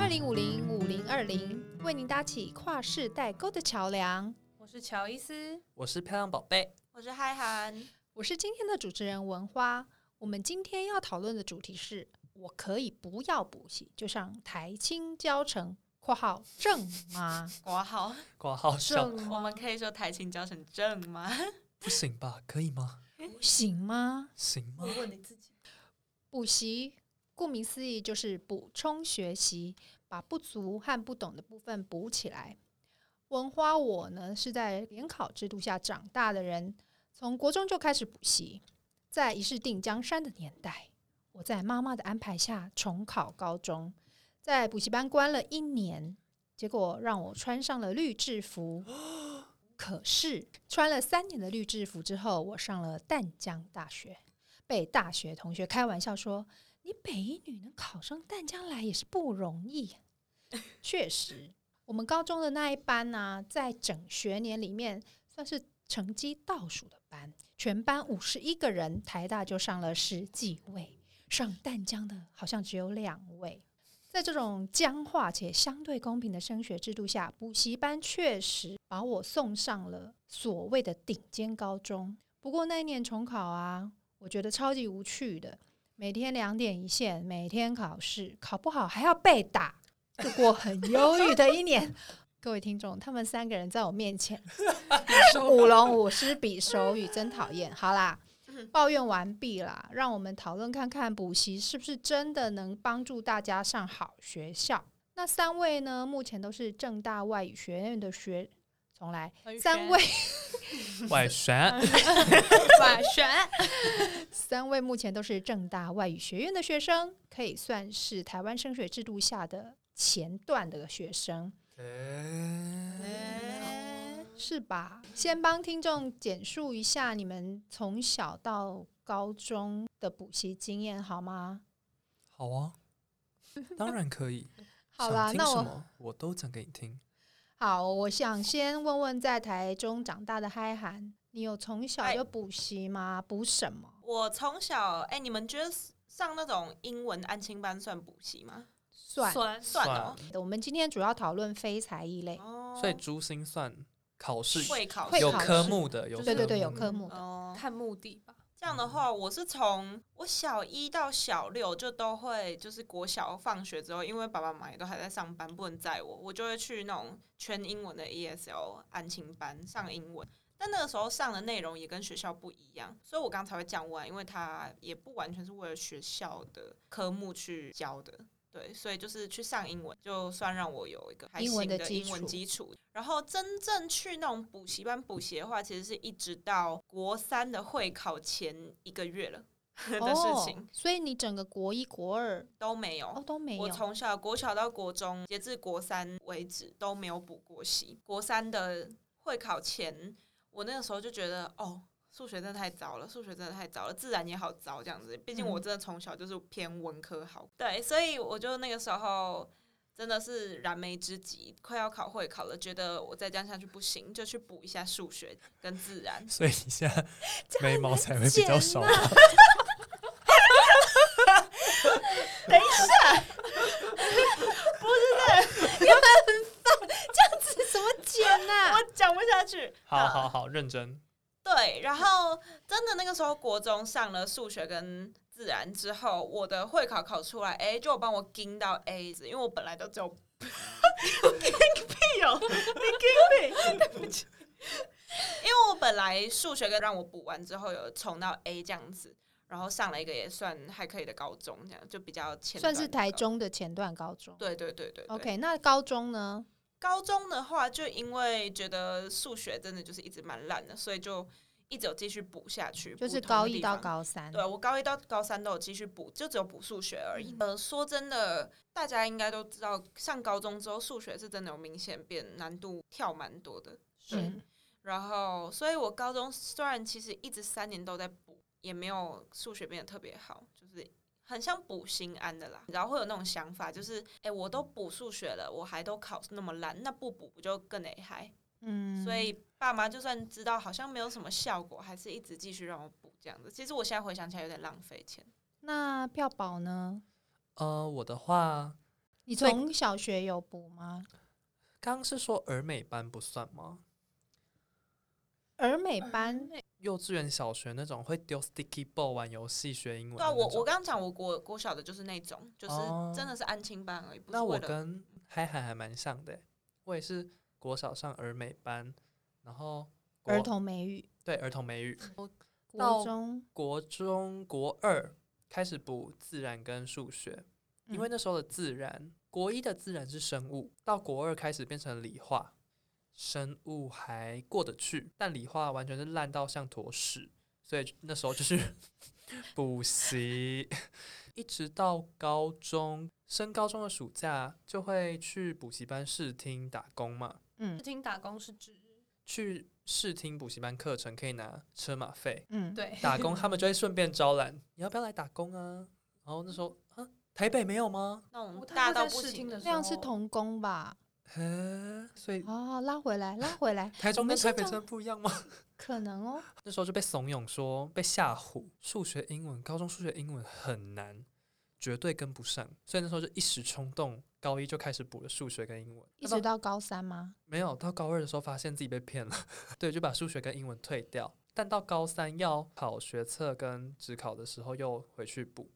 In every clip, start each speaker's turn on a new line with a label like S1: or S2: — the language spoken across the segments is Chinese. S1: 二零五零五零二零，为您搭起跨世代沟的桥梁。
S2: 我是乔伊斯，
S3: 我是漂亮宝贝，
S4: 我是嗨涵，
S1: 我是今天的主持人文花。我们今天要讨论的主题是：我可以不要补习就上台青教程（括号正吗？
S4: 挂号，
S3: 挂号笑
S1: 正
S4: 我
S1: 吗
S4: 们可以说台青教成正吗？
S3: 不行吧？可以吗？
S1: 不行吗？
S3: 行 吗？
S4: 问你自己，
S1: 补习顾名思义就是补充学习，把不足和不懂的部分补起来。文花我呢是在联考制度下长大的人，从国中就开始补习，在一试定江山的年代，我在妈妈的安排下重考高中，在补习班关了一年，结果让我穿上了绿制服。可是穿了三年的绿制服之后，我上了淡江大学。被大学同学开玩笑说：“你北一女能考上淡江来也是不容易呀、确实，我们高中的那一班呢、在整学年里面算是成绩倒数的班，全班五十一个人，台大就上了十几位，上淡江的好像只有两位。在这种僵化且相对公平的升学制度下，补习班确实把我送上了所谓的顶尖高中。不过那一年重考啊，我觉得超级无趣的。每天两点一线，每天考试，考不好还要被打，度过很忧郁的一年。 各位听众，他们三个人在我面前舞龙舞狮比手语，真讨厌。好啦， 抱怨完毕啦，让我们讨论看看补习是不是真的能帮助大家上好学校。那三位呢，目前都是正大外语学院的学，重来，三 位
S3: 外旋，
S4: 晚选，
S1: 三位目前都是正大外语学院的学生，可以算是台湾升学制度下的前段的学生，是吧？先帮听众简述一下你们从小到高中的补习经验好吗？
S3: 好啊，当然可以。
S1: 好啦，
S3: 想听
S1: 那
S3: 什
S1: 我
S3: 么我都讲给你听。
S1: 好，我想先问问在台中长大的嗨涵，你有从小
S4: 嗨
S1: 就补习吗？补什么？
S4: 我从小，哎、你们觉得上那种英文安亲班算补习吗？
S1: 算
S2: 酸
S4: 算哦，
S1: 我们今天主要讨论非才艺类，
S4: 哦，
S3: 所以珠心算考试
S4: 会考
S1: 会
S3: 有
S1: 考
S3: 科
S1: 试
S3: 目的，有
S1: 对对
S3: 科
S1: 对，有
S3: 目的
S1: 科目的。
S4: 哦，
S2: 看目的吧。
S4: 这样的话，我是从我小一到小六就都会，就是国小放学之后，因为爸爸妈妈也都还在上班，不能载我，我就会去那种全英文的 ESL 安亲班上英文。但那个时候上的内容也跟学校不一样，所以我刚才会这样问，因为他也不完全是为了学校的科目去教的。对，所以就是去上英文，就算让我有一个还
S1: 英文
S4: 行
S1: 的
S4: 的
S1: 基
S4: 英文
S1: 础
S4: 基础。然后真正去那种补习班补习的话，其实是一直到国三的会考前一个月了的事情、
S1: 哦，所以你整个国一、国二
S4: 都没有。
S1: 哦都没有。
S4: 我从小国小到国中，截至国三为止都没有补过习。国三的会考前，我那个时候就觉得，哦，数学真的太糟了，数学真的太糟了，自然也好糟这样子。毕竟我真的从小就是偏文科好，对，所以我就那个时候。真的是燃眉之急，快要考会考了，觉得我再这样下去不行，就去补一下数学跟自然。
S3: 所以你现在眉毛才会比 较少吧。
S1: 这什么剪呐、
S4: 我 讲不下去，
S3: 好好好，认真。
S4: 对，然后真的那个时候国中上了数学跟自然之后，我的会考考出来，哎，就有帮我盯到 A 字，因为我本来都只有 我盯屁哦，你盯屁，对不起。因为我本来数学跟让我补完之后有重到 A 这样子，然后上了一个也算还可以的高中，这样就比较前
S1: 算
S4: 段
S1: 是
S4: 的
S1: 台
S4: 高。
S1: 中的前段高中。
S4: 对对对对对
S1: OK，那高中呢？
S4: 高中的话，就因为觉得数学真的就是一直蛮烂的，所以就一直有继续补下去，
S1: 就是
S4: 补同
S1: 高
S4: 一
S1: 一
S4: 地
S1: 到
S4: 方。
S1: 高三。
S4: 对我高一到高三都有继续补，就只有补数学而
S1: 嗯
S4: 已。呃，说真的，大家应该都知道，上高中之后数学是真的有明显变难度跳蛮多的。对，
S1: 嗯，
S4: 然后所以我高中虽然其实一直三年都在补，也没有数学变得特别好，就是。很像补心安的啦，你知道会有那种想法，就是哎、诶我都补数学了，我还都考那么烂，那不补不就更哎嗨？
S1: 嗯，
S4: 所以爸妈就算知道好像没有什么效果，还是一直继续让我补这样子。其实我现在回想起来有点浪费钱。
S1: 那票宝呢？
S3: 呃，我的话，
S1: 你
S3: 所以
S1: 从小学有补吗？
S3: 刚刚是说儿美班不算吗？
S1: 儿美班
S3: 幼稚园、小学那种会丢 sticky ball 玩游戏学英文
S4: 对
S3: 的
S4: 啊，
S3: 那种。
S4: 我我刚刚讲我国国小的就是那种，就是
S3: 哦
S4: 真的是安亲班而已，不是
S3: 那
S4: 为
S3: 我
S4: 了
S3: 跟嗨涵还蛮像的欸，我也是国小上儿美班，然后国
S1: 儿童美语，
S3: 对儿童美语，
S1: 国
S3: 到
S1: 中
S3: 国中国二开始补自然跟数学，因为
S1: 嗯
S3: 那时候的自然，国一的自然是生物，到国二开始变成理化，生物还过得去，但理化完全是烂到像坨屎，所以那时候就是 补习，一直到高中升高中的暑假就会去补习班试听打工嘛，
S1: 嗯
S2: 试听打工是指
S3: 去试听补习班课程可以拿车马费，
S1: 嗯，
S2: 对
S3: 打工，他们就会顺便招揽，你要不要来打工啊？然后那时候啊，台北没有吗？
S4: 那种
S2: 我大
S4: 大
S2: 概
S4: 到
S2: 哦在
S4: 不
S2: 试
S4: 行
S2: 听的
S1: 那样是
S2: 时候
S1: 童工吧？
S3: 嗯，所以，
S1: 哦，拉回来，拉回来
S3: 台中
S1: 你
S3: 跟
S1: 们
S3: 台
S1: 现
S3: 北
S1: 在
S3: 真的不一样吗？
S1: 可能 哦。
S3: 那时候就被怂恿说，被吓唬，数学、英文，高中数学、英文很难，绝对跟不上，所以那时候就一时冲动，高一就开始补了数学跟英文，
S1: 一
S3: 那
S1: 直到高三吗？
S3: 没有，到高二的时候发现自己被骗了， 对，就把数学跟英文退掉。但到高三要考学测跟职考的时候，又回去补。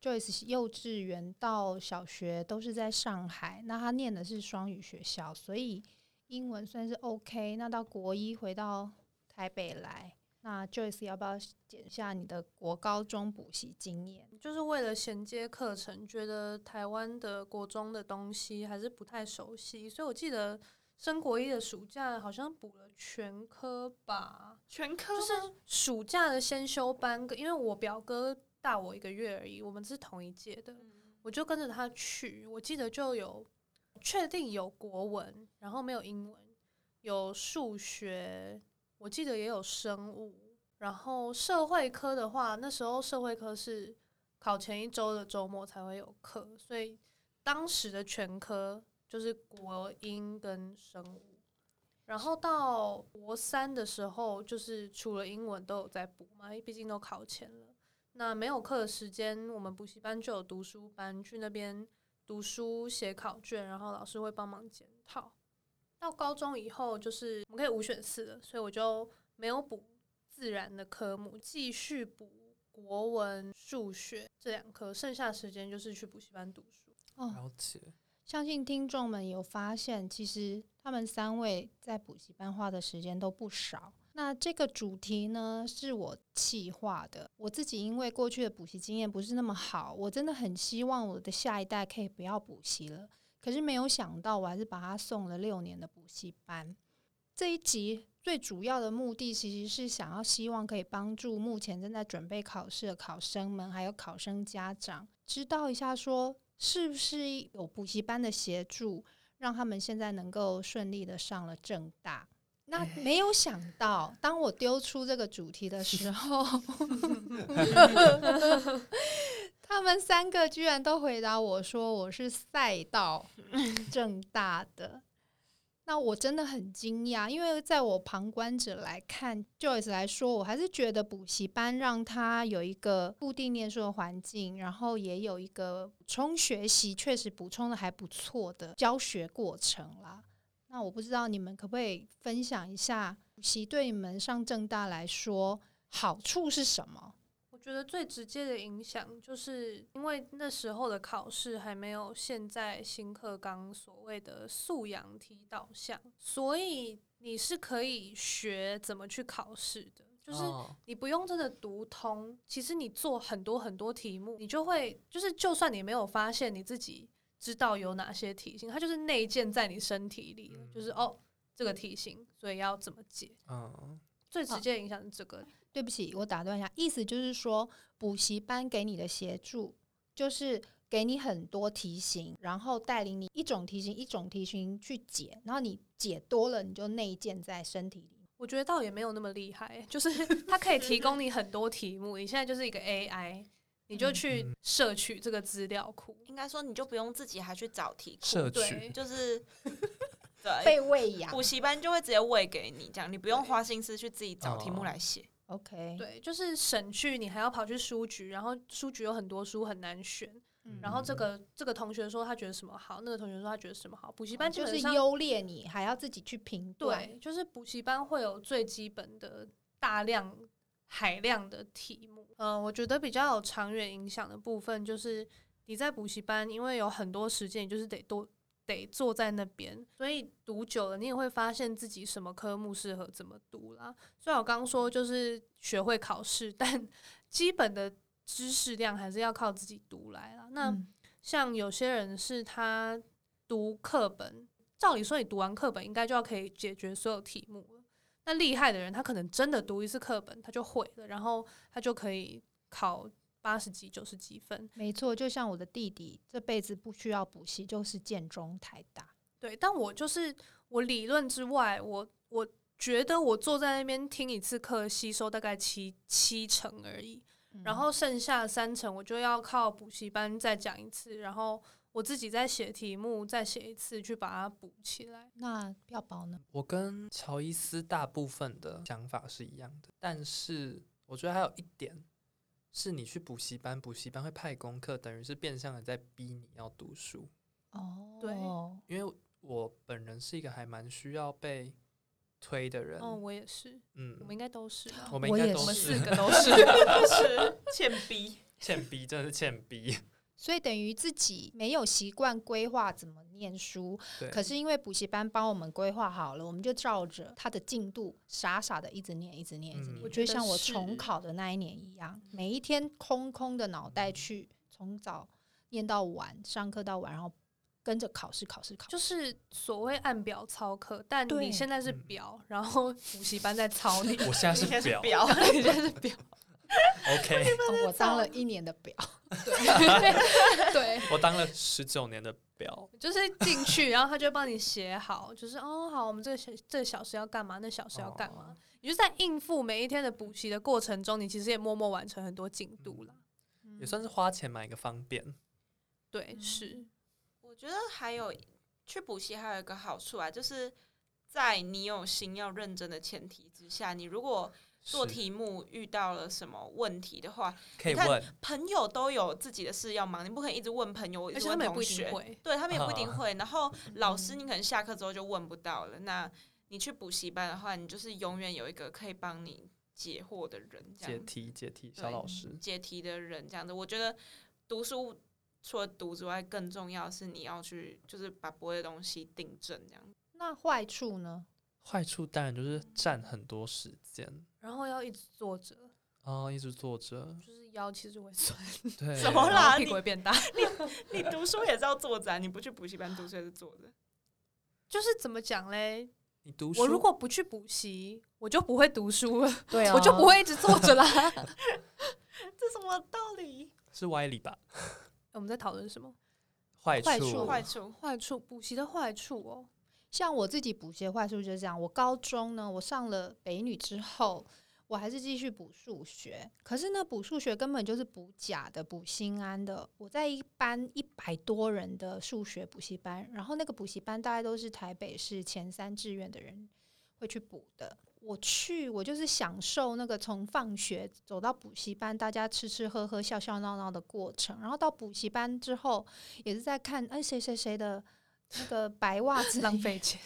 S1: Joyce 幼稚园到小学都是在上海，那他念的是双语学校，所以英文算是 OK。那到国一回到台北来，那 Joyce 要不要讲一下你的国高中补习经验？
S2: 就是为了衔接课程，觉得台湾的国中的东西还是不太熟悉，所以我记得升国一的暑假好像补了全科吧，
S4: 全科
S2: 就是
S4: 吗
S2: 暑假的先修班，因为我表哥大我一个月而已，我们是同一届的，我就跟着他去。我记得就有确定有国文，然后没有英文，有数学，我记得也有生物，然后社会科的话，那时候社会科是考前一周的周末才会有课，所以当时的全科就是国英跟生物。然后到国三的时候，就是除了英文都有在补嘛，因为毕竟都考前了。那没有课的时间，我们补习班就有读书班，去那边读书、写考卷，然后老师会帮忙检讨。到高中以后，就是我们可以五选四了，所以我就没有补自然的科目，继续补国文、数学这两科，剩下的时间就是去补习班读书。
S1: 哦，
S3: 了解，
S1: 相信听众们有发现，其实他们三位在补习班花的时间都不少。那这个主题呢，是我企划的。我自己因为过去的补习经验不是那么好，我真的很希望我的下一代可以不要补习了。可是没有想到，我还是把他送了六年的补习班。这一集最主要的目的，其实是想要希望可以帮助目前正在准备考试的考生们，还有考生家长，知道一下说是不是有补习班的协助，让他们现在能够顺利的上了正大。那没有想到，当我丢出这个主题的时候，他们三个居然都回答我说我是赛道正大的。那我真的很惊讶，因为在我旁观者来看，Joyce 来说，我还是觉得补习班让他有一个固定念书的环境，然后也有一个补充学习，确实补充的还不错的教学过程啦。那我不知道你们可不可以分享一下补习对你们上正大来说好处是什么？
S2: 我觉得最直接的影响，就是因为那时候的考试还没有现在新课纲所谓的素养题导向，所以你是可以学怎么去考试的，就是
S3: 哦
S2: 你不用真的读通，其实你做很多很多题目，你就会就是就算你没有发现你自己知道有哪些题型，它就是内建在你身体里了，就是哦这个题型，所以要怎么解。
S3: 嗯，
S2: 最直接的影响是这个，
S1: 对不起，我打断一下，意思就是说，补习班给你的协助就是给你很多题型，然后带领你一种题型一种题型去解，然后你解多了，你就内建在身体里。
S2: 我觉得倒也没有那么厉害，就是它可以提供你很多题目。你现在就是一个 AI，你就去
S3: 嗯
S2: 摄取这个资料库。
S4: 应该说你就不用自己还去找题库，
S3: 摄取
S2: 对。
S4: 就是 对
S2: 哎
S1: 被喂养
S4: 补习班就会直接喂给你，这样你不用花心思去自己找题目
S3: 哦
S4: 来写。
S1: ，OK，
S2: 对，就是省去你还要跑去书局，然后书局有很多书很难选，
S1: 嗯
S2: 然后这个这个同学说他觉得什么好，那个同学说他觉得什么好，补习班基
S1: 哦就
S2: 本
S1: 是
S2: 上
S1: 优劣你还要自己去评断。
S2: 对，就是补习班会有最基本的大量海量的题目。嗯、我觉得比较有长远影响的部分就是你在补习班，因为有很多时间，你就是得多得坐在那边，所以读久了，你也会发现自己什么科目适合怎么读啦。虽然我刚说就是学会考试，但基本的知识量还是要靠自己读来啦。那、
S1: 嗯
S2: 像有些人是他读课本，照理说你读完课本应该就要可以解决所有题目了。那厉害的人，他可能真的读一次课本他就会了，然后他就可以考八十几、九十几分。
S1: 没错，就像我的弟弟这辈子不需要补习，就是建中、台大。
S2: 对，但我就是我理论之外，我我觉得我坐在那边听一次课，吸收大概七七成而已。
S1: 嗯
S2: 然后剩下三层我就要靠补习班再讲一次，然后我自己再写题目，再写一次去把它补起来。
S1: 那要保呢？
S3: 我跟乔伊斯大部分的想法是一样的，但是我觉得还有一点是，你去补习班，补习班会派功课，等于是变相的在逼你要读书。
S1: 哦，
S2: 对
S3: 因为我本人是一个还蛮需要被推的人，
S2: 嗯，我也是，
S3: 嗯
S2: 我，们应该都是，
S3: 我们
S1: 我
S3: 应该
S1: 也
S3: 都
S1: 是
S3: 是
S2: 个都是。
S4: 是 欠逼。
S3: 欠逼，真的是欠逼。
S1: 所以等于自己没有习惯规划怎么念书，
S3: 对，
S1: 可是因为补习班帮我们规划好了，我们就照着他的进度傻傻的一直念，一直念，一直
S3: 嗯
S1: 念。
S3: 我
S1: 就
S2: 觉得
S1: 像我
S2: 是
S1: 重考的那一年一样，每一天空空的脑袋去从早念到晚，上课到晚，然后跟着考试，考试，考试。
S2: 就是所谓按表操课，但
S1: 对
S2: 你现在是
S3: 嗯
S2: 表，然后补习班在 操你，
S3: 我现在
S4: 应该是
S3: 是表
S4: 表，
S2: 你现在是表，
S3: ，OK，
S1: 哦我当了一年的表，
S2: 对，
S3: 我当了十九年的表，
S2: 就是进去，然后他就帮你写好，就是哦，好，我们这个小这个小时要干嘛，那小时要干
S3: 哦
S2: 嘛，你就在应付每一天的补习的过程中，你其实也默默完成很多进
S3: 嗯
S2: 度了。
S1: 嗯
S3: 也算是花钱买一个方便。
S2: 对，是，
S4: 我觉得还有去补习还有一个好处啊，就是在你有心要认真的前提之下，你如果做
S3: 是
S4: 题目遇到了什么问题的话，
S3: 可以
S4: 你看
S3: 问，
S4: 朋友都有自己的事要忙，你不可能一直问朋友，一
S2: 而
S4: 直
S2: 且他
S4: 问
S2: 们也
S4: 同
S2: 不一定
S4: 学，
S2: 会。
S4: 对他们也不一定
S3: 啊
S4: 会。然 后老师你可能下课之后就问不到了，那你去补习班的话，你就是永远有一个可以帮你解惑的人，这
S3: 解
S4: 样
S3: 题解题，
S4: 对
S3: 小老师，
S4: 解题的人这样子。我觉得读书除了读之外，更重要的是你要去就是把不会的东西订正这样。
S1: 那坏处呢？
S3: 坏处当然就是占很多时间。
S2: 然后要一直坐着，
S3: 哦，一直坐着，
S2: 就是腰其实会酸，
S3: 对，啊
S4: 怎么啦
S2: 然后
S4: 你
S2: 屁股会变大。
S4: 你读书也是要坐着、啊，你不去补习班读书也是坐着。
S2: 就是怎么讲嘞？
S3: 你读书，
S2: 我如果不去补习，我就不会读书了，
S1: 对啊
S2: 我就不会一直坐着啦。
S4: 这什么道理？
S3: 是歪理吧？
S2: 我们在讨论什么？
S3: 坏
S1: 坏
S3: 处，
S1: 处
S4: 坏处，
S2: 坏处，补习的坏处哦。
S1: 像我自己补习的话，是不是就是这样？我高中呢，我上了北女之后，我还是继续补数学。可是呢，补数学根本就是补假的，补心安的。我在一班一百多人的数学补习班，然后那个补习班大概都是台北市前三志愿的人会去补的。我去，我就是享受那个从放学走到补习班，大家吃吃喝喝、笑笑闹闹的过程。然后到补习班之后，也是在看，哎，谁谁谁的那个白袜子
S2: 浪费钱。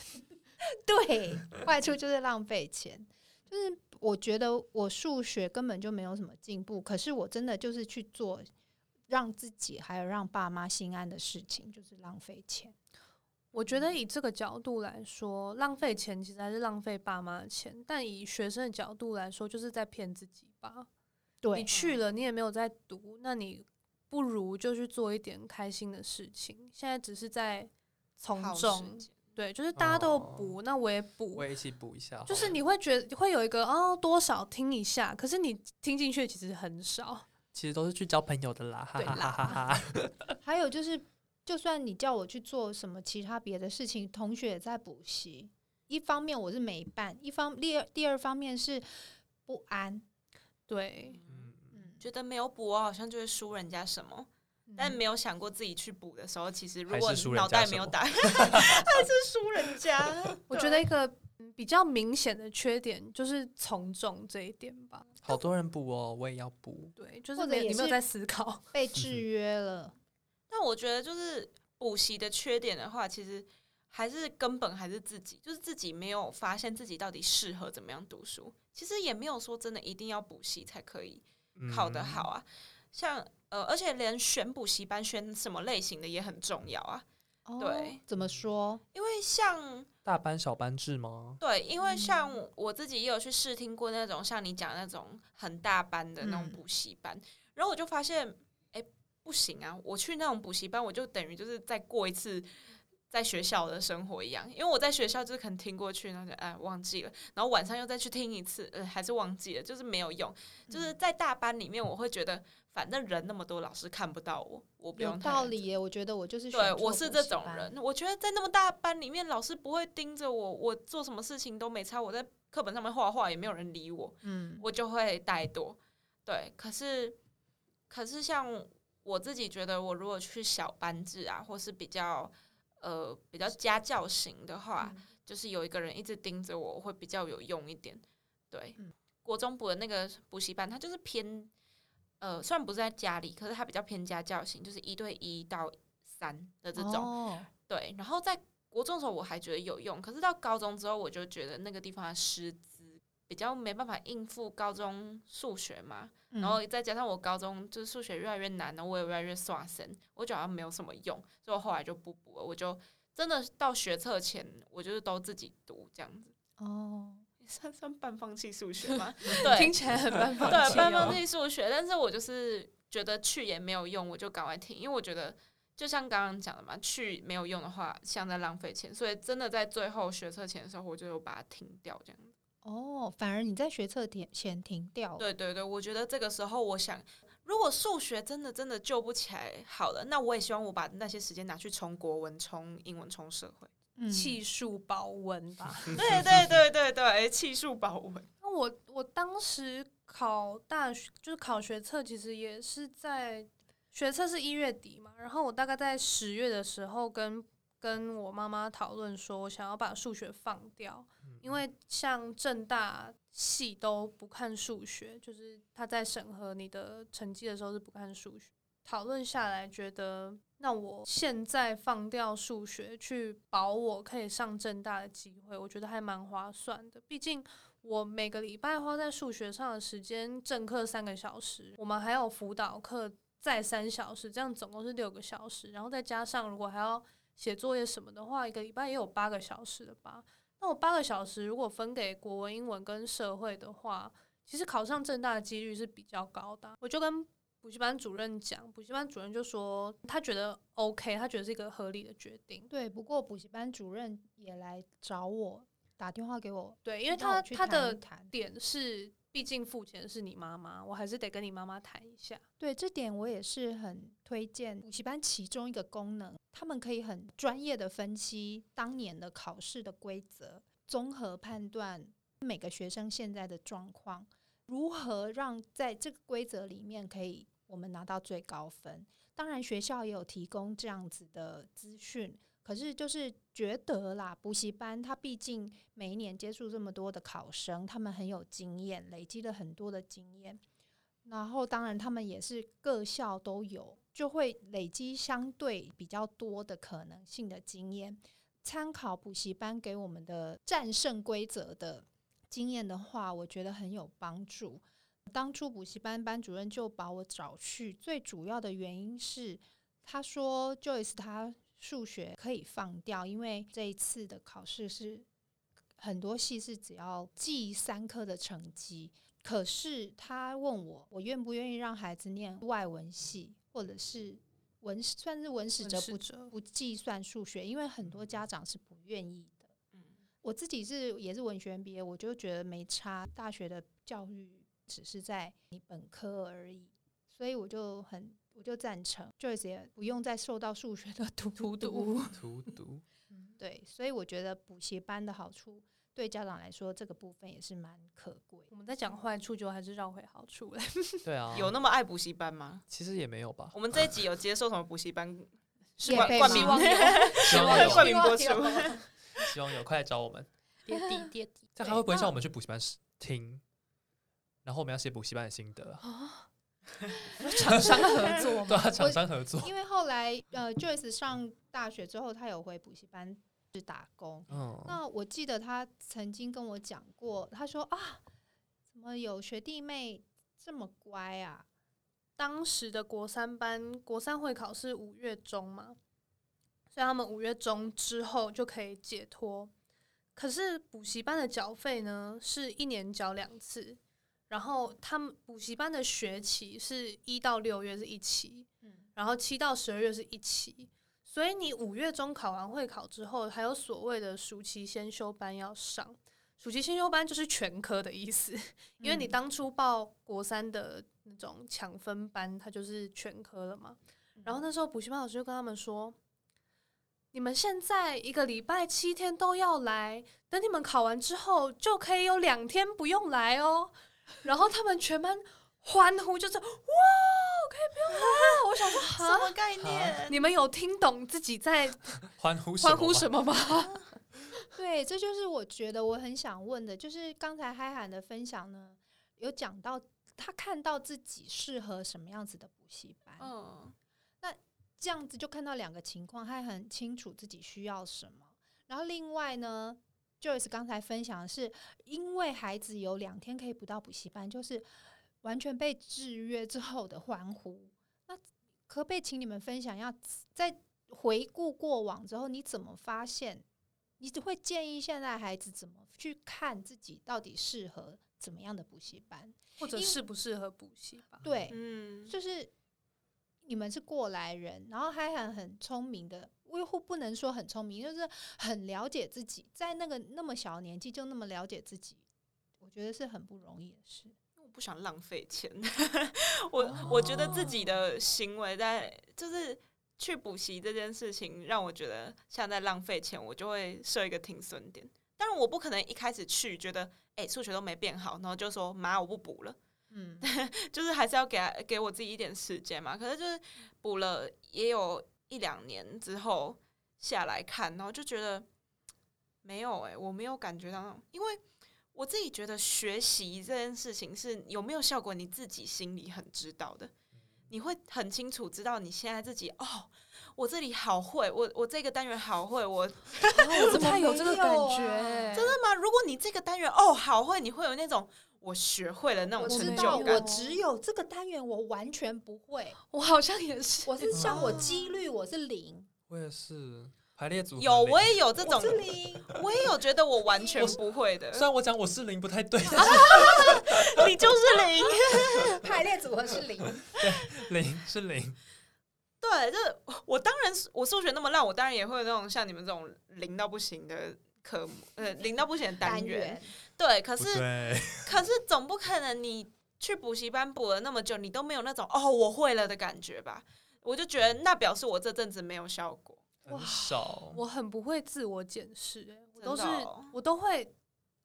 S1: 对，坏处就是浪费钱。就是我觉得我数学根本就没有什么进步，可是我真的就是去做让自己还有让爸妈心安的事情，就是浪费钱。
S2: 我觉得以这个角度来说，浪费钱其实还是浪费爸妈的钱，但以学生的角度来说，就是在骗自己吧。你
S1: 对，
S2: 去了，你也没有在读，那你不如就去做一点开心的事情。现在只是在从
S4: 好时
S2: 众，
S4: 间
S2: 对，就是大家都有
S3: 哦
S2: 补，那我也补
S3: 我，也一起补一下好了，
S2: 就是你会觉得会有一个哦多少听一下，可是你听进去其实很少。
S3: 其实都是去交朋友的啦，哈
S2: 对
S3: 哈哈哈哈。
S1: 还有就是，就算你叫我去做什么其他别的事情，同学也在补习。一方面我是没办，一方第二第二方面是不安。
S2: 对，
S3: 嗯
S1: 嗯，
S4: 觉得没有补，我好像就会输人家什么，但
S2: 嗯
S4: 没有想过自己去补的时候，其实如
S3: 还
S4: 果
S3: 是输人
S4: 脑
S3: 家
S4: 袋
S3: 什
S4: 没有
S3: 么
S4: 打，还是输人家。
S2: 我觉得一个嗯比较明显的缺点就是从众这一点吧。
S3: 好多人补哦，我也要补。
S2: 对，就是
S1: 或者
S2: 没有
S1: 也
S2: 你没有
S1: 是
S2: 在思考。
S1: 被制约了，
S4: 那我觉得就是补习的缺点的话，其实还是根本还是自己，就是自己没有发现自己到底适合怎么样读书。其实也没有说真的一定要补习才可以
S3: 嗯
S4: 考得好啊。像呃，而且连选补习班选什么类型的也很重要啊，
S1: 哦
S4: 对，
S1: 怎么说？
S4: 因为像
S3: 大班小班制吗？
S4: 对，因为像
S2: 嗯
S4: 我自己也有去试听过那种像你讲那种很大班的那种
S1: 嗯
S4: 补习班，然后我就发现，哎、不行啊！我去那种补习班，我就等于就是再过一次在学校的生活一样，因为我在学校就是可能听过去，然后就哎忘记了，然后晚上又再去听一次，呃，还是忘记了，就是没有用。就是
S1: 嗯
S4: 在大班里面，我会觉得反正人那么多，老师看不到我，我不
S1: 有
S4: 用太
S1: 道
S4: 认
S1: 理耶，我觉得我就是
S4: 对，
S1: 选错
S4: 我是
S1: 补
S4: 这
S1: 习
S4: 种
S1: 班
S4: 人。。我觉得在那么大的班里面，老师不会盯着我，我做什么事情都没差。我在课本上面画画，也没有人理我，
S1: 嗯，
S4: 我就会怠惰。对，可是可是像我自己觉得，我如果去小班制啊，或是比较呃比较家教型的话，
S1: 嗯
S4: 就是有一个人一直盯着我，我会比较有用一点。对，
S1: 嗯
S4: 国中部的那个补习班，它就是偏呃，虽然不是在家里，可是它比较偏家教型，就是一对一到三的这种。
S1: 哦
S4: 对，然后在国中的时候我还觉得有用，可是到高中之后，我就觉得那个地方的师资比较没办法应付高中数学嘛，
S1: 嗯
S4: 然后再加上我高中就是数学越来越难，然后我也越来越刷神，我觉得好像没有什么用，所以我后来就不补了，我就真的到学测前，我就是都自己读这样子，
S1: 哦，
S4: 算算半放弃数学吗？
S2: 听
S4: 对，
S2: 起来很慢放
S4: 对，
S2: 弃
S4: 半
S2: 哦
S4: 放弃数学，但是我就是觉得去也没有用，我就赶快停，因为我觉得就像刚刚讲的嘛，去没有用的话，像在浪费钱，所以真的在最后学测前的时候，我就有把它停掉这样子。
S1: 哦，反而你在学测点前停掉，
S4: 对对对，我觉得这个时候，我想，如果数学真的真的救不起来，好了，那我也希望我把那些时间拿去冲国文、冲英文、冲社会。
S1: 嗯
S2: 气数保温吧。
S4: 对对对对对，气数保文。
S2: 那我我当时考大学就是考学测，其实也是在学测是一月底嘛，然后我大概在十月的时候跟跟我妈妈讨论说，我想要把数学放掉，
S3: 嗯
S2: 因为像正大系都不看数学，就是他在审核你的成绩的时候是不看数学。讨论下来，觉得那我现在放掉数学去保我可以上正大的机会，我觉得还蛮划算的。毕竟我每个礼拜花在数学上的时间，正课三个小时，我们还有辅导课再三小时，这样总共是六个小时。然后再加上如果还要写作业什么的话，一个礼拜也有八个小时了吧？那我八个小时如果分给国文、英文跟社会的话，其实考上正大的几率是比较高的啊。我就跟补习班主任讲，补习班主任就说他觉得 OK，他觉得是一个合理的决定。
S1: 对，不过补习班主任也来找我打电话给我，
S2: 对，因为
S1: 让我
S2: 他
S1: 去
S2: 他
S1: 谈
S2: 的
S1: 一谈
S2: 点是，毕竟付钱是你妈妈，我还是得跟你妈妈谈一下。
S1: 对这点我也是很推荐补习班其中一个功能，他们可以很专业的分析当年的考试的规则，综合判断每个学生现在的状况，如何让在这个规则里面可以我们拿到最高分。当然，学校也有提供这样子的资讯。可是，就是觉得啦，补习班它毕竟每一年接触这么多的考生，他们很有经验，累积了很多的经验，然后当然他们也是各校都有，就会累积相对比较多的可能性的经验。参考补习班给我们的战胜规则的经验的话，我觉得很有帮助。当初补习班班主任就把我找去，最主要的原因是他说 Joyce 他数学可以放掉，因为这一次的考试是很多系是只要记三科的成绩，可是他问我，我愿不愿意让孩子念外文系，或者是文史算是文史哲
S2: 文史
S1: 不
S2: 哲
S1: 不计算数学，因为很多家长是不愿意的。我自己是也是文学院毕业，我就觉得没差，大学的教育只是在你本科而已，所以我就很我就赞成，Joyce 也不用再受到数学的荼荼毒。 嗯
S3: 荼毒，
S1: 对，所以我觉得补习班的好处对家长来说，这个部分也是蛮可贵的。
S2: 我们在讲坏处，就还是绕回好处来。
S3: 对
S2: 哦
S3: 啊，
S4: 有那么爱补习班吗？
S3: 其实也没有吧，
S4: 我们这一集有接受什么补习班？是
S1: 业
S4: 冠
S1: 配
S4: 冠
S1: 吗
S4: 名
S1: 希望
S3: 希望
S4: 冠
S3: 有，
S4: 名播出。
S3: 希望有，快来找我们。
S1: 跌底跌底，
S3: 这样他会不会像我们去补习班听，然后我们要写补习班的心得啊？
S1: 厂商合作
S3: 对
S1: 嘛。
S3: 啊，厂商合作，
S1: 因为后来呃，Joyce 上大学之后，他有回补习班去打工。
S3: 嗯，
S1: 那我记得他曾经跟我讲过，他说啊，怎么有学弟妹这么乖啊？
S2: 当时的国三班，国三会考是五月中嘛，所以他们五月中之后就可以解脱。可是补习班的缴费呢，是一年缴两次，然后他们补习班的学期是一到六月是一期，
S1: 嗯，
S2: 然后七到十二月是一期，所以你五月中考完会考之后，还有所谓的暑期先修班要上。暑期先修班就是全科的意思，因为你当初报国三的那种抢分班，它就是全科了嘛。然后那时候补习班老师就跟他们说：“你们现在一个礼拜七天都要来，等你们考完之后就可以有两天不用来哦。”然后他们全班欢呼，就是哇，可以不用来了！我想说，
S4: 什
S2: 哈，
S4: 么概念？
S2: 你们有听懂自己在
S3: 欢呼
S2: 欢呼什
S3: 么
S2: 么吗？
S1: 对，这就是我觉得我很想问的，就是刚才嗨涵的分享呢，有讲到他看到自己适合什么样子的补习班，
S4: 嗯，
S1: 这样子就看到两个情况，他很清楚自己需要什么。然后另外呢，Joyce 刚才分享的是，因为孩子有两天可以不到补习班，就是完全被制约之后的欢呼。那可不可以请你们分享，要在回顾过往之后，你怎么发现？你只会建议现在孩子怎么去看自己到底适合怎么样的补习班？
S2: 或者
S1: 因为
S2: 适不适合补习吧？
S1: 对，
S4: 嗯，
S1: 就是你们是过来人，然后还很很聪明的，我又不能说很聪明，就是很了解自己，在那个那么小的年纪就那么了解自己，我觉得是很不容易的事。
S4: 我不想浪费钱，我我觉得自己的行为在就是去补习这件事情，让我觉得像在浪费钱，我就会设一个停损点。当然，我不可能一开始去觉得，哎、数学都没变好，然后就说妈，我不补了，
S1: 嗯，
S4: 就是还是要给他给我自己一点时间嘛。可是就是补了也有一两年之后下来看，然后就觉得没有哎、我没有感觉到那种，因为我自己觉得学习这件事情是有没有效果，你自己心里很知道的，你会很清楚知道你现在自己哦。我这里好会，我我这个单元好会，我真
S2: 啊我
S1: 怎么
S2: 太有这个
S1: 没
S2: 感
S1: 有
S2: 觉
S1: 啊
S2: 欸，
S1: 真
S4: 的吗？如果你这个单元哦好会，你会有那种我学会了那
S1: 我
S4: 种
S1: 知
S4: 成
S1: 道，
S4: 就
S1: 我
S4: 感。
S1: 只有这个单元我完全不会，
S2: 我好像也是，
S1: 我是像我几率我是零，
S3: 我也是排列组合
S4: 有，
S3: 零
S4: 我也有这种
S1: 我是零，
S4: 我也有觉得我完全
S3: 我是
S4: 不会的
S3: 虽，然我讲我是零不太 对，
S4: 你 就是零。
S1: 排列组合是零，
S3: 零是零，
S4: 对，就是我当然是我数学那么烂，我当然也会有那种像你们这种零到不行的科目，呃，零到不行的单
S1: 单
S4: 元。
S1: 元
S4: 对，可
S3: 不
S4: 是
S3: 对，
S4: 可是总不可能你去补习班补了那么久，你都没有那种哦我会了的感觉吧？我就觉得那表示我这阵子没有效果。
S3: 很少，
S2: 我很不会自我检视、欸，我都是、
S4: 真的哦
S2: 我都会，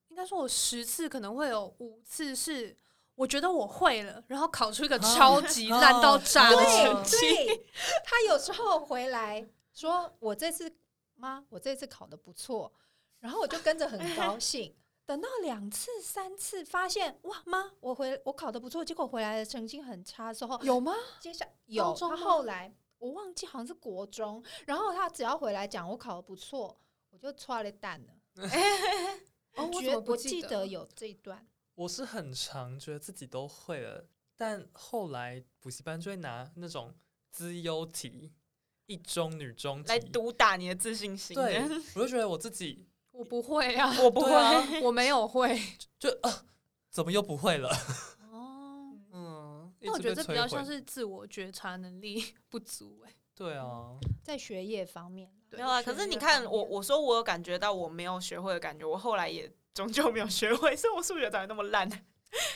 S2: 应该说我十次可能会有五次是我觉得我会了，然后考出一个超级烂到炸的成绩。
S1: 对，他有时候回来说：“我这次妈，我这次考的不错。”然后我就跟着很高兴。等到两次、三次，发现哇妈，我回我考的不错，结果回来的成绩很差的时候，
S2: 有吗？
S1: 接下
S2: 高
S1: 有
S2: 中
S1: 他
S2: 吗
S1: 后来我忘记好像是国中，然后他只要回来讲我考的不错，我就抓了蛋了。
S2: 哦，我怎
S1: 觉
S2: 么不
S1: 我记
S2: 得
S1: 得？有这一段，
S3: 我是很常觉得自己都会了，但后来补习班就会拿那种资优题、一中、女中
S4: 来
S3: 题，
S4: 毒打你的自信心，
S3: 对， 我就觉得我自己
S2: 我不会 啊，
S4: 我不
S3: 对
S4: 会，
S3: 啊
S2: 我没有会。
S3: 就啊，怎么又不会了？
S1: 哦，
S3: 嗯，一
S2: 但我
S3: 直
S2: 觉得
S3: 被
S2: 这比较
S3: 摧毁
S2: 像是自我觉察能力不足、欸，
S3: 对啊，
S1: 在学业方面，
S2: 对
S4: 没有啊。
S2: 学
S4: 可是你
S2: 业
S4: 看，
S2: 方
S4: 我
S2: 面
S4: 我说我有感觉到我没有学会的感觉，我后来也终究没有学会，所以我数学才会那么烂。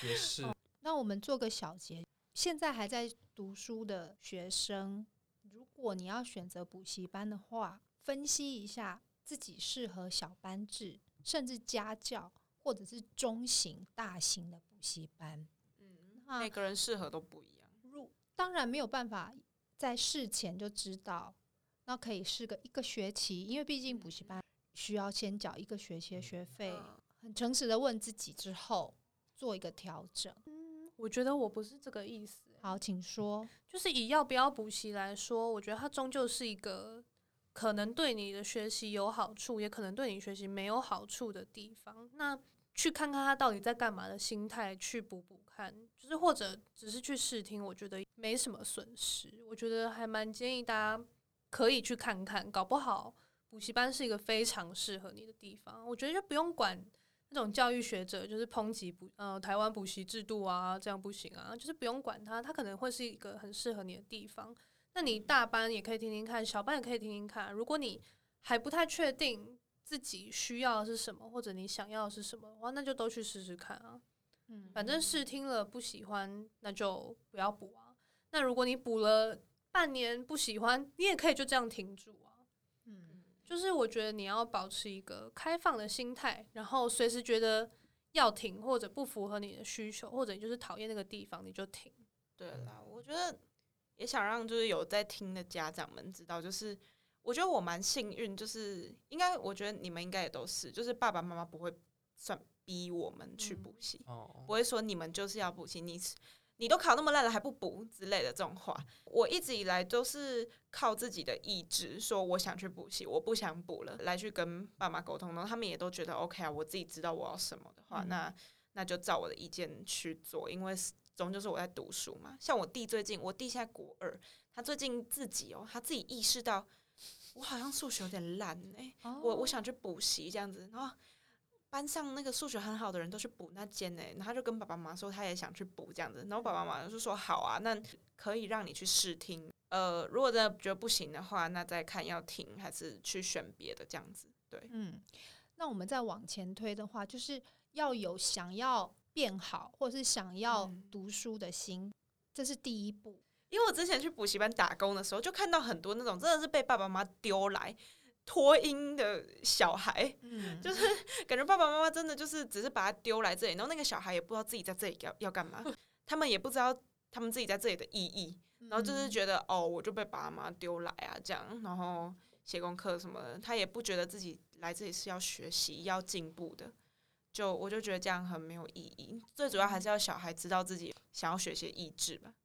S3: 也是，
S1: 那我们做个小结，现在还在读书的学生，如果你要选择补习班的话，分析一下自己适合小班制，甚至家教，或者是中型、大型的补习班。
S4: 嗯，
S1: 那
S4: 每个人适合都不一样。
S1: 入当然没有办法在事前就知道，那可以试个一个学期，因为毕竟补习班需要先缴一个学期的学费。
S4: 嗯
S1: 很诚实的问自己之后，做一个调整。
S2: 嗯我觉得我不是这个意思、欸
S1: 好，请说。
S2: 就是以要不要补习来说，我觉得它终究是一个可能对你的学习有好处，也可能对你学习没有好处的地方。那去看看他到底在干嘛的心态去补补看，就是或者只是去试听，我觉得没什么损失。我觉得还蛮建议大家可以去看看，搞不好补习班是一个非常适合你的地方。我觉得就不用管那种教育学者就是抨击补呃台湾补习制度啊，这样不行啊，就是不用管它，它可能会是一个很适合你的地方。那你大班也可以听听看，小班也可以听听看。如果你还不太确定自己需要的是什么，或者你想要的是什么的话，那就都去试试看啊。
S1: 嗯，
S2: 反正试听了不喜欢，那就不要补啊。那如果你补了半年不喜欢，你也可以就这样停住啊。
S1: 嗯，
S2: 就是我觉得你要保持一个开放的心态，然后随时觉得要停或者不符合你的需求，或者你就是讨厌那个地方，你就停。
S4: 对啦，我觉得也想让就是有在听的家长们知道，就是我觉得我蛮幸运，就是应该我觉得你们应该也都是，就是爸爸妈妈不会算逼我们去补习，
S3: 哦
S4: 不，会说你们就是要补习，你你都考那么烂了还不补之类的这种话。我一直以来都是靠自己的意志，说我想去补习，我不想补了，来去跟爸妈沟通，然后他们也都觉得 OK 啊，我自己知道我要什么的话，
S1: 嗯
S4: 那那就照我的意见去做，因为终究是我在读书嘛。像我弟最近，我弟现在国二，他最近自己哦，他自己意识到。我好像数学有点烂哎、我我
S1: 哦
S4: 想去补习这样子，然后班上那个数学很好的人都去补那间呢、然后他就跟爸爸妈妈说他也想去补这样子，然后爸爸妈妈就说好啊，那可以让你去试听，呃，如果真的觉得不行的话，那再看要停还是去选别的这样子，对，
S1: 嗯，那我们再往前推的话，就是要有想要变好，或是想要
S4: 嗯
S1: 读书的心，这是第一步。
S4: 因为我之前去补习班打工的时候，就看到很多那种真的是被爸爸妈妈丢来脱音的小孩，
S1: 嗯，
S4: 就是感觉爸爸妈妈真的就是只是把他丢来这里，然后那个小孩也不知道自己在这里要要干嘛，他们也不知道他们自己在这里的意义，然后
S1: 嗯
S4: 就是觉得、哦，我就被爸爸妈妈丢来啊这样，然后写功课什么的，他也不觉得自己来这里是要学习要进步的。就我就觉得这样很没有意义，最主要还是要小孩知道自己想要学习的意志吧。
S1: 嗯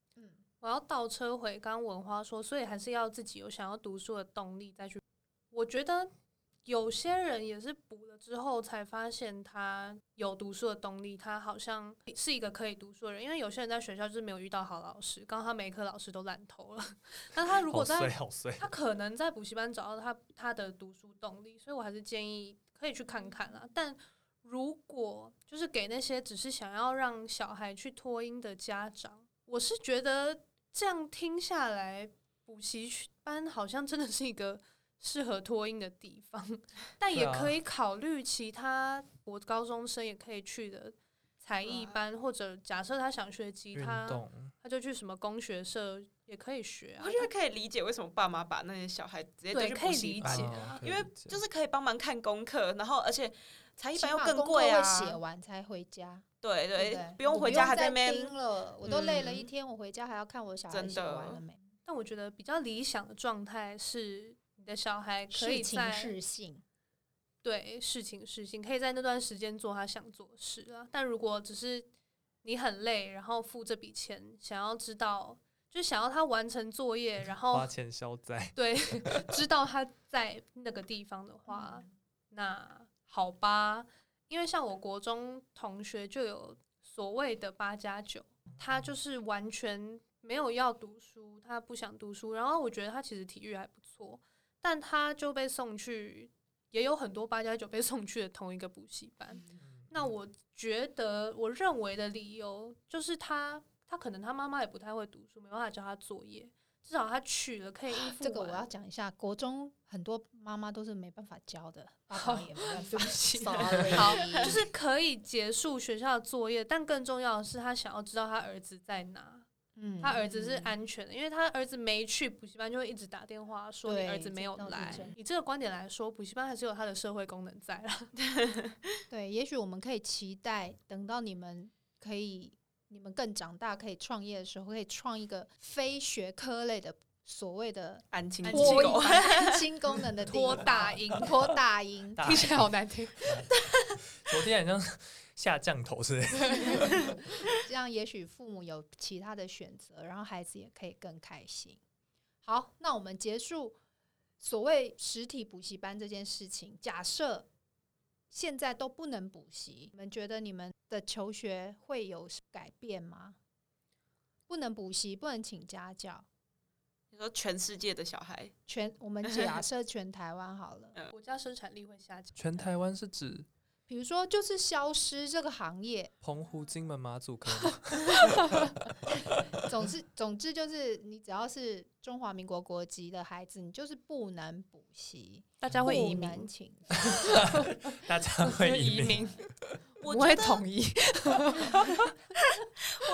S2: 我要倒车回刚刚文花说，所以还是要自己有想要读书的动力再去。我觉得有些人也是补了之后才发现他有读书的动力，他好像是一个可以读书的人。因为有些人在学校就是没有遇到好老师，刚好他每一科老师都烂透了。 但他如果
S3: 好
S2: 在
S3: 碎好碎，
S2: 他可能在补习班找到他他的读书动力，所以我还是建议可以去看看啦。但如果就是给那些只是想要让小孩去脱音的家长，我是觉得这样听下来，补习班好像真的是一个适合脱音的地 方，但也
S3: 对啊
S2: 可以考虑其他国高中生也可以去的才艺
S4: 哇
S2: 班，或者假设他想学吉
S3: 啊运
S2: 他，
S3: 动，
S2: 他就去什么工学社也可以学啊
S4: 我。觉得可以理解为什么爸妈把那些小孩直接丢
S2: 对
S4: 去
S2: 可
S4: 补
S2: 以
S4: 习
S2: 理
S4: 班
S2: 解，
S3: 哦可以
S4: 因为
S3: 理解
S4: 就是可以帮忙看功课，然后而且才艺
S1: 起
S4: 班又
S1: 码
S4: 更
S1: 功课
S4: 贵啊，
S1: 会写完才回家，
S4: 对
S1: 对
S4: 对，
S1: 对？
S4: 不用
S1: 我
S4: 回家还在
S1: 再
S4: 那边
S1: 盯。了，我都累了一
S4: 嗯
S1: 天，我回家还要看我小孩
S4: 真
S1: 写
S4: 的
S1: 完了没，
S2: 但我觉得比较理想的状态是，你的小孩可以
S1: 是情
S2: 在
S1: 是性。
S2: 对事情事情，可以在那段时间做他想做的事啊。但如果只是你很累，然后付这笔钱，想要知道，就想要他完成 作业，然
S3: 花
S2: 后
S3: 钱消灾，
S2: 对 知道他在那个地方的话，
S4: 嗯
S2: 那好吧，因为像我国中同学就有所谓的八加九，他就是完全没有要读书，他不想读书。然后我觉得他其实体育还不错，但他就被送去，也有很多八加九被送去的同一个补习班。
S1: 嗯
S2: 那我觉得，我认为的理由就是他，他可能他妈妈也不太会读书，没办法教他作业。至少他去了，可以应付
S1: 这个我
S2: 完
S1: 要讲一下，国中很多妈妈都是没办法教的， 爸爸也没办法
S2: 对。不起
S1: Sorry
S2: 好， 就是可以结束学校的作业，但更重要的是，他想要知道他儿子在哪，
S1: 嗯
S2: 他儿子是安全的，因为他儿子没去补习班，就会一直打电话说
S1: 对
S2: 你儿子没有
S1: 这倒是
S2: 来
S1: 真。
S2: 以这个观点来说，补习班还是有它的社会功能在 啦。
S1: 对，也许我们可以期待，等到你们可以，你们更长大可以创业的时候，可以创一个非学科类的所谓 的
S4: 安亲
S2: 安
S4: 机
S2: 亲
S1: 脱
S4: 构
S1: 音 安亲功能的地
S2: 托
S1: 方
S2: 大音
S1: 脱大音，
S3: 大
S2: 听起来好难听。
S3: 昨天好像下降头之类的。
S1: 这样也许父母有其他的选择，然后孩子也可以更开心。好，那我们结束所谓实体补习班这件事情。假设现在都不能补习，你们觉得你们的求学会有改变吗？不能补习，不能请家教，
S4: 你说全世界的小孩，
S1: 全我们假设全台湾好了，
S2: 国家生产力会下降。
S3: 全台湾是指
S1: 比如说就是消失这个行业，
S3: 澎湖、金门、马祖 可以吗？
S1: 总之，总之就是你只要是中华民国国籍的孩子，你就是不能补习，
S2: 大家会移
S1: 不
S2: 民
S1: 能请
S3: 大家会移民，，
S4: 我
S2: 不会
S4: 觉得
S2: 统一。
S4: 我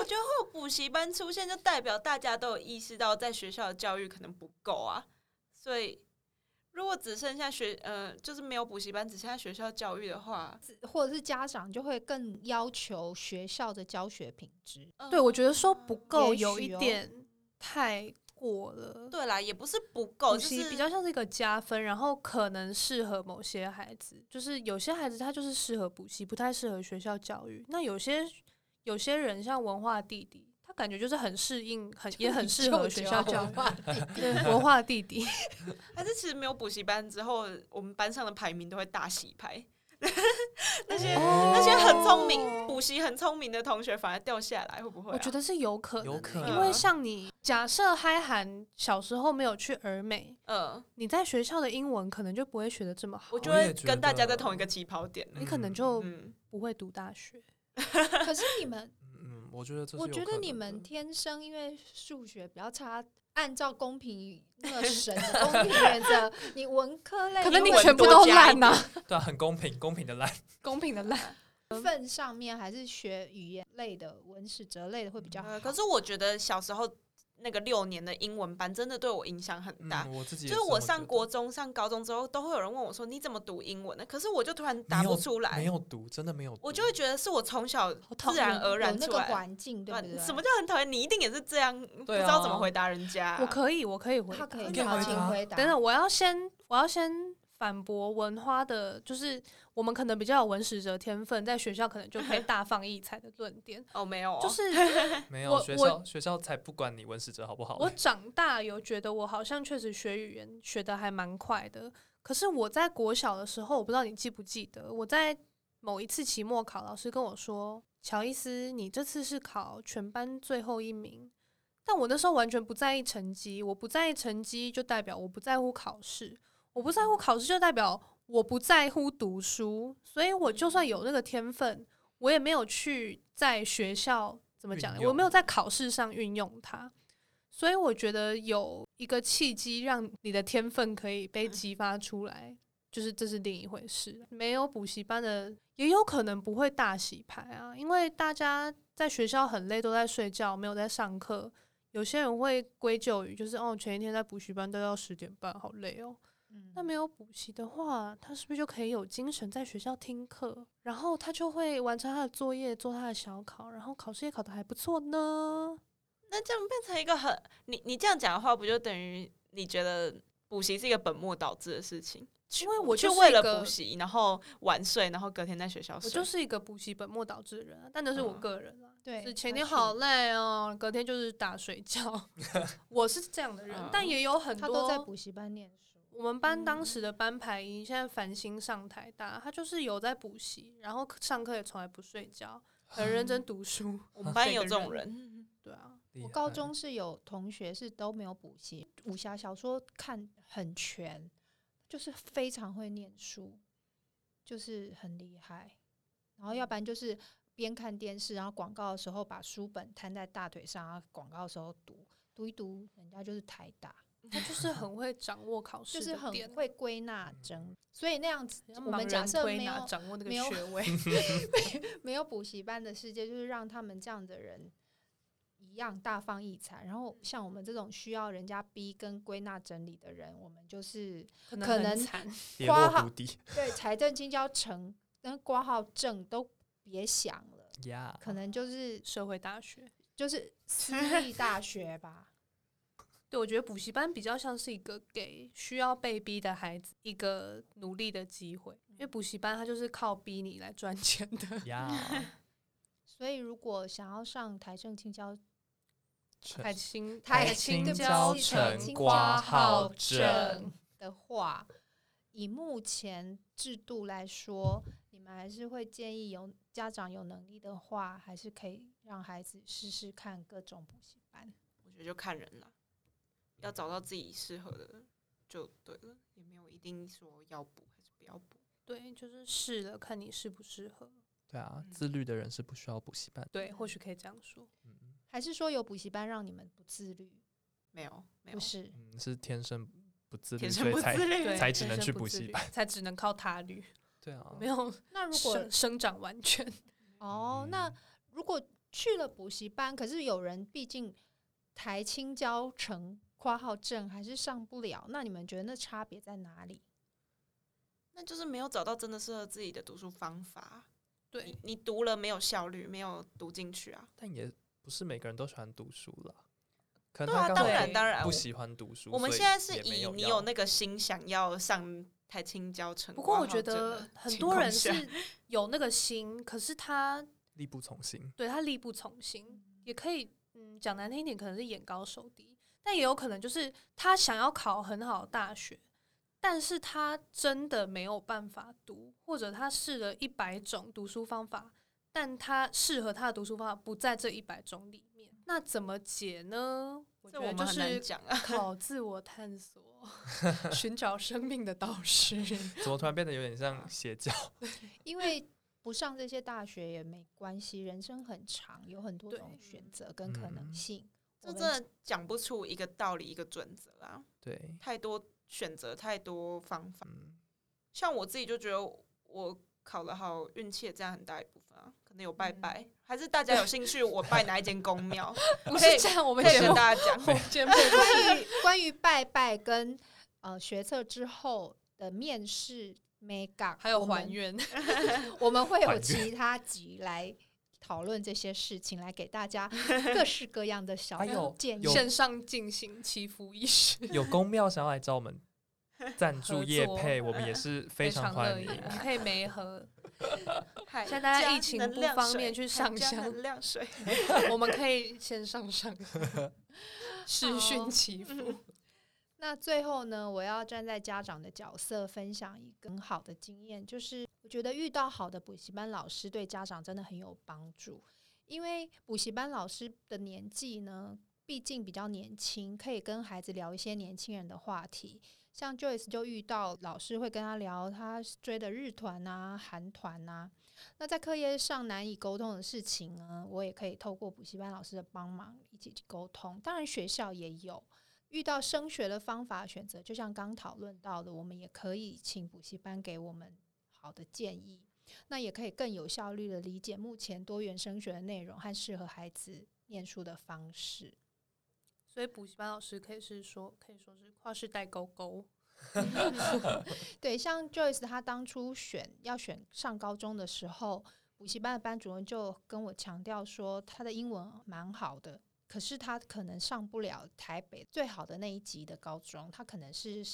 S4: 觉得会有补习班出现，就代表大家都有意识到在学校的教育可能不够啊。所以，如果只剩下学呃，就是没有补习班，只剩下学校教育的话，
S1: 或者是家长就会更要求学校的教学品质。
S4: 呃
S2: 对，我觉得说不够
S1: 也许
S2: 有一
S1: 哦
S2: 点太过了。
S4: 嗯对啦，也不是不够，
S2: 补
S4: 就
S2: 习
S4: 是
S2: 比较像哦是一个加分，然后可能适合某些孩子，就是有些孩子他就是适合补习，不太适合学校教育。那有些有些人像文化弟弟，他感觉就是很适应， 很 也很适合学校教育。对，文化弟 弟，
S4: 啊但是其实没有补习班之后，我们班上的排名都会大洗牌。那些、
S3: 哦
S4: 那些很聪明、补习很聪明的同学反而掉下来，会不会、啊？
S2: 我觉得是有可能的，
S3: 有可
S2: 因为
S4: 能啊
S2: 像你假设嗨涵小时候没有去儿美，
S4: 呃，
S2: 你在学校的英文可能就不会学的这么好，
S4: 我就
S3: 我
S4: 会
S3: 也觉
S4: 跟大家在
S3: 得
S4: 同一个起跑点了
S2: 你可能就
S4: 嗯，
S2: 不会读大学。
S1: 可是你们，
S3: 嗯，我觉得这是
S1: 我
S3: 有
S1: 觉得
S3: 可能
S1: 你们
S3: 的
S1: 天生因为数学比较差，按照公平 那个神的公平原则，你文科类
S2: 可能你
S1: 英文
S2: 全部
S4: 多
S2: 都
S4: 加一
S2: 烂呐、
S3: 对啊，很公平，公平 的烂。
S2: 公平的烂。
S1: 份上面还是学语言类的、文史哲类的会比
S2: 嗯
S1: 较好。
S4: 呃，可是我觉得小时候那个六年的英文班真的对我影响很大。
S3: 嗯，我自己
S4: 就是
S3: 也这
S4: 我
S3: 么觉
S4: 上
S3: 得
S4: 国中、上高中之后，都会有人问我说：“你怎么读英文的？”可是我就突然答
S3: 没有
S4: 不出
S3: 没
S4: 来，
S3: 有读，真的没有读，
S4: 我就会觉得是我从小
S2: 讨
S4: 自然
S2: 厌
S4: 而然
S1: 有那
S4: 出
S1: 个
S4: 来。
S1: 环境，对
S2: 啊
S4: 对吧
S1: 不对？
S4: 什么叫很讨厌？你一定也是这样，不知道怎么回答人家啊、
S2: 我可以，我可以回
S1: 他
S2: 答。
S1: 可以
S3: 你可以
S1: 好
S3: 回
S1: 请
S3: 答
S1: 回答。
S2: 等等，我要先，我要先反驳文花的，就是我们可能比较有文史哲天分，在学校可能就可以大放异彩的论 点。
S4: 哦，没有哦、
S2: 就是
S3: 没有
S2: 我
S3: 学
S2: 我
S3: 校学校才不管你文史哲好不哦好
S2: 我
S3: 嘞。
S2: 长大有觉得我好像确实学语言学的还蛮快的，可是我在国小的时候，我不知道你记不记得，我在某一次期末考，老师跟我说：“乔伊斯，你这次是考全班最后一名。”但我那时候完全不在意成绩，我不在意成绩就代表我不在乎考试，我不在乎考试就代表我不在乎读书，所以我就
S3: 嗯
S2: 算有那个天分，我也没有去在学校怎么讲呢
S3: 运？用
S2: 我没有在考试上运用它，所以我觉得有一个契机让你的天分可以被激发出来，就是这是另一回事。没有补习班的也有可能不会大洗牌啊，因为大家在学校很累，都在睡觉，没有在上课。有些人会归咎于就是哦，前一天在补习班待到十点半，好累哦。
S1: 嗯
S2: 那没有补习的话，他是不是就可以有精神在学校听课，然后他就会完成他的作业，做他的小考，然后考试也考得还不错呢？
S4: 那这样变成一个很你你这样讲的话，不就等于你觉得补习是一个本末倒置的事情？
S2: 因为我
S4: 去
S2: 就是
S4: 为
S2: 一
S4: 了
S2: 个
S4: 补习，然后晚睡，然后隔天在学校
S2: 我
S4: 睡。
S2: 就是一个补习本末倒置的人、啊，但那是我
S4: 嗯
S2: 个人啊。
S1: 对，
S2: 是前
S1: 他
S2: 天
S1: 是
S2: 好累哦，隔天就是打 睡觉。我是这样的人，
S4: 嗯
S2: 但也有很
S1: 他
S2: 多
S1: 都在补嗯习班念书。
S2: 我们班当时的班排一现在繁星上台大，他就是有在补习，然后上课也从来不睡觉，很认
S4: 嗯
S2: 真读书。
S4: 我们班
S2: 这
S4: 有
S2: 个
S4: 这种
S2: 人
S4: 人，
S2: 对啊，
S3: 厉
S1: 我高
S3: 害
S1: 中是有同学是都没有补习，武侠小说看很全，就是非常会念书，就是很厉害。然后要不然就是边看电视，然后广告的时候把书本摊在大腿上，然后广告的时候读读一读，人家就是台大，
S2: 他就是很会掌握考试
S1: 就
S2: 的
S1: 是
S2: 点，嗯
S1: 很会归纳整。所以那样子，
S2: 要
S1: 我
S2: 盲
S1: 们假
S2: 人
S1: 设
S2: 推
S1: 没
S2: 拿
S1: 有
S2: 掌握那个
S1: 没有
S2: 学 位，
S1: 没有补习班的世界，就是让他们这样的人一样大放异彩。然后像我们这种需要人家逼跟归纳整理的人，我们就是
S2: 可
S1: 可
S2: 能
S1: 能
S2: 很惨。
S3: 跌
S1: 花
S3: 落
S1: 好
S3: 谷 底
S1: 对财政青椒成跟挂号证都别想了，
S3: 呀。
S1: 可能就是
S2: 社会大学
S1: 就是私立大学吧。
S2: 对，我觉得补习班比较像是一个给需要被逼的孩子一个努力的机会，因为补习班它就是靠逼你来赚钱 的。
S3: 呀，
S1: 所以如果想要上台政青交
S2: 海清
S1: 台
S2: 海
S1: 青
S2: 青
S1: 交
S2: 教
S1: 城
S2: 城
S1: 挂
S2: 挂
S1: 号
S2: 号
S1: 证
S2: 证，
S1: 的话，以目前制度来说，你们还是会建议有家长有能力的话，还是可以让孩子试试看各种补习班。
S4: 我觉得就看人了，要找到自己适合的就对了，也没有一定说要补还是不要补。
S2: 对，就是试了看你适不适合。
S3: 对啊，
S4: 嗯
S3: 自律的人是不需要补习班。
S2: 对，或许可以这样说。
S3: 嗯，
S1: 还是说有补习班让你们不自律？
S4: 没有，没有
S1: 不，是，
S3: 嗯是天生不自律，
S4: 天
S3: 所
S4: 生
S3: 以
S4: 不
S3: 才
S4: 自
S2: 对，
S4: 律。
S3: 才只
S2: 人
S3: 能
S2: 生
S3: 去
S2: 不
S3: 补
S2: 自
S3: 习
S2: 律
S3: 班，
S2: 才只能靠他律，
S3: 对啊，
S2: 没有
S1: 那如果
S2: 生生长完全。
S1: 哦，那
S3: 嗯
S1: 如果去了补习班，可是有人毕竟台青教成括号证还是上不了，那你们觉得那差别在哪里？
S4: 那就是没有找到真的适合自己的读书方法。
S2: 对
S4: 你，你读了没有效率，没有读进去啊。
S3: 但也不是每个人都喜欢读书啦。可能
S4: 对
S3: 他
S4: 啊，
S3: 刚
S4: 当
S3: 好
S4: 然
S2: 对
S4: 当然，
S3: 不
S4: 我
S3: 喜欢读书。
S4: 我们
S3: 所
S4: 现在是
S3: 也没
S4: 以你
S3: 要
S4: 有那个心想要上台青教成
S2: 不
S4: 挂
S2: 过
S4: 号
S2: 我觉
S4: 证的情况下，
S2: 得很多人是有那个心，可是他
S3: 力不从心，
S2: 对他力不从心，也可以嗯讲难听一点，可能是眼高手低，但也有可能就是他想要考很好的大学，但是他真的没有办法读，或者他试了一百种读书方法，但他适合他的读书方法不在这一百种里面，那怎么解呢？我觉
S4: 这我们
S2: 得就
S4: 很难
S2: 是
S4: 讲 啊。
S2: 靠自我探索，寻找生命的导师。
S3: 怎么突然变得有 点像邪教？
S1: 因为不上这些大学也没关系，人生很长，有很多
S2: 对
S1: 种选择跟可能
S3: 嗯
S1: 性。
S4: 这
S1: 我
S4: 真
S1: 们
S4: 的讲不出一个道理、一个准则啊，
S3: 对，
S4: 太多选择，太多方法。
S3: 嗯，
S4: 像我自己就觉得我考得好，运气也占很大一部分啊，可能有拜拜，还是大家有兴趣，我拜哪一间公 庙，
S2: 不
S4: 可
S2: 是
S4: 以
S2: 这样，我
S4: 可
S2: 们
S4: 以
S2: 节
S4: 跟
S2: 目
S4: 大家讲。
S2: 节目不是
S1: 关于关于拜拜跟呃学测之后的面试 make up，
S2: 还有
S1: 我
S2: 还
S1: 们
S2: 原。
S1: 我们会有
S3: 还
S1: 其他集来讨论这些事情，来给大家各式各样的小
S3: 还有
S1: 建议
S3: 有。
S2: 线上进行祈福仪式，
S3: 有公庙想要来找我们赞助
S2: 合
S3: 业
S2: 作
S3: 配，我们 也是非常
S2: 乐
S3: 欢
S2: 意。
S3: 迎。
S2: 你可以媒合，
S4: 海
S2: 现在大家
S4: 加
S2: 疫情
S4: 能
S2: 不
S4: 量
S2: 方
S4: 水
S2: 便去
S4: 海
S2: 上
S4: 加
S2: 香
S4: 能量水。
S2: 我们可以线上上视讯
S1: 好
S2: 祈福。
S1: 那最后呢，我要站在家长的角色分享一个很好的经验，就是我觉得遇到好的补习班老师对家长真的很有帮助，因为补习班老师的年纪呢，毕竟比较年轻，可以跟孩子聊一些年轻人的话题。像 Joyce 就遇到老师会跟他聊他追的日团啊、韩团啊，那在课业上难以沟通的事情呢，我也可以透过补习班老师的帮忙一起去沟通。当然学校也有，遇到升学的方法选择，就像刚讨论到的，我们也可以请补习班给我们好的建议，那也可以更有效率的理解目前多元升学的内容和适合孩子念书的方式。
S2: 所以补习班老师可以是说，可以说是跨世代勾勾。
S1: 对，像 Joyce 她当初选要选上高中的时候，补习班的班主任就跟我强调说，她的英文蛮好的，可是她可能上不了台北最好的那一级的高中，她可能是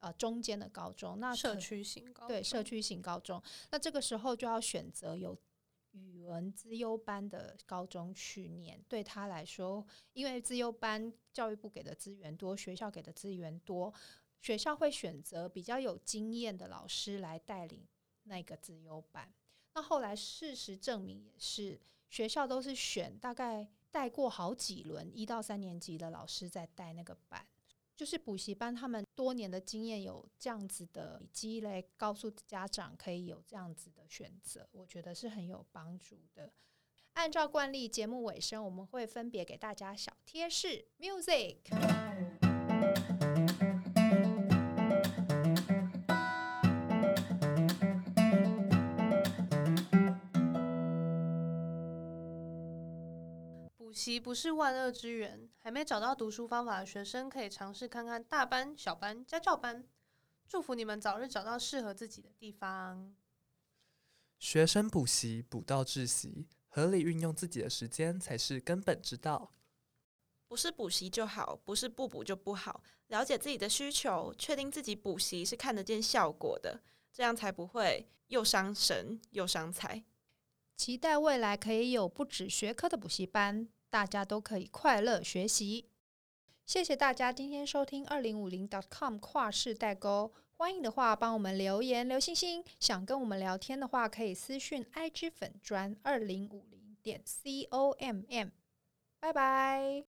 S1: 呃中间的高中，那
S2: 社
S1: 可
S2: 区型高
S1: 对
S2: 中
S1: 社区型高中，那这个时候就要选择有语文资优班的高中去念。对他来说，因为资优班教育部给的资源多，学校给的资源多，学校会选择比较有经验的老师来带领那个资优班。那后来事实证明也是，学校都是选大概带过好几轮一到三年级的老师在带那个班。就是补习班他们多年的经验有这样子的积累，告诉家长可以有这样子的选择，我觉得是很有帮助的。按照惯例，节目尾声我们会分别给大家小贴士，music。
S2: 补习不是万恶之源，还没找到读书方法的学生可以尝试看看大班、小班、家教班。祝福你们早日找到适合自己的地方。
S3: 学生补习补到窒息，合理运用自己的时间才是根本之道。
S4: 不是补习就好，不是不补就不好。了解自己的需求，确定自己补习是看得见效果的，这样才不会又伤神又伤财。
S1: 期待未来可以有不止学科的补习班，大家都可以快乐学习。谢谢大家今天收听二零五零 .com 跨世代沟。欢迎的话，帮我们留言留星星。想跟我们聊天的话，可以私讯 IG 粉砖二零五零点 com m。拜拜。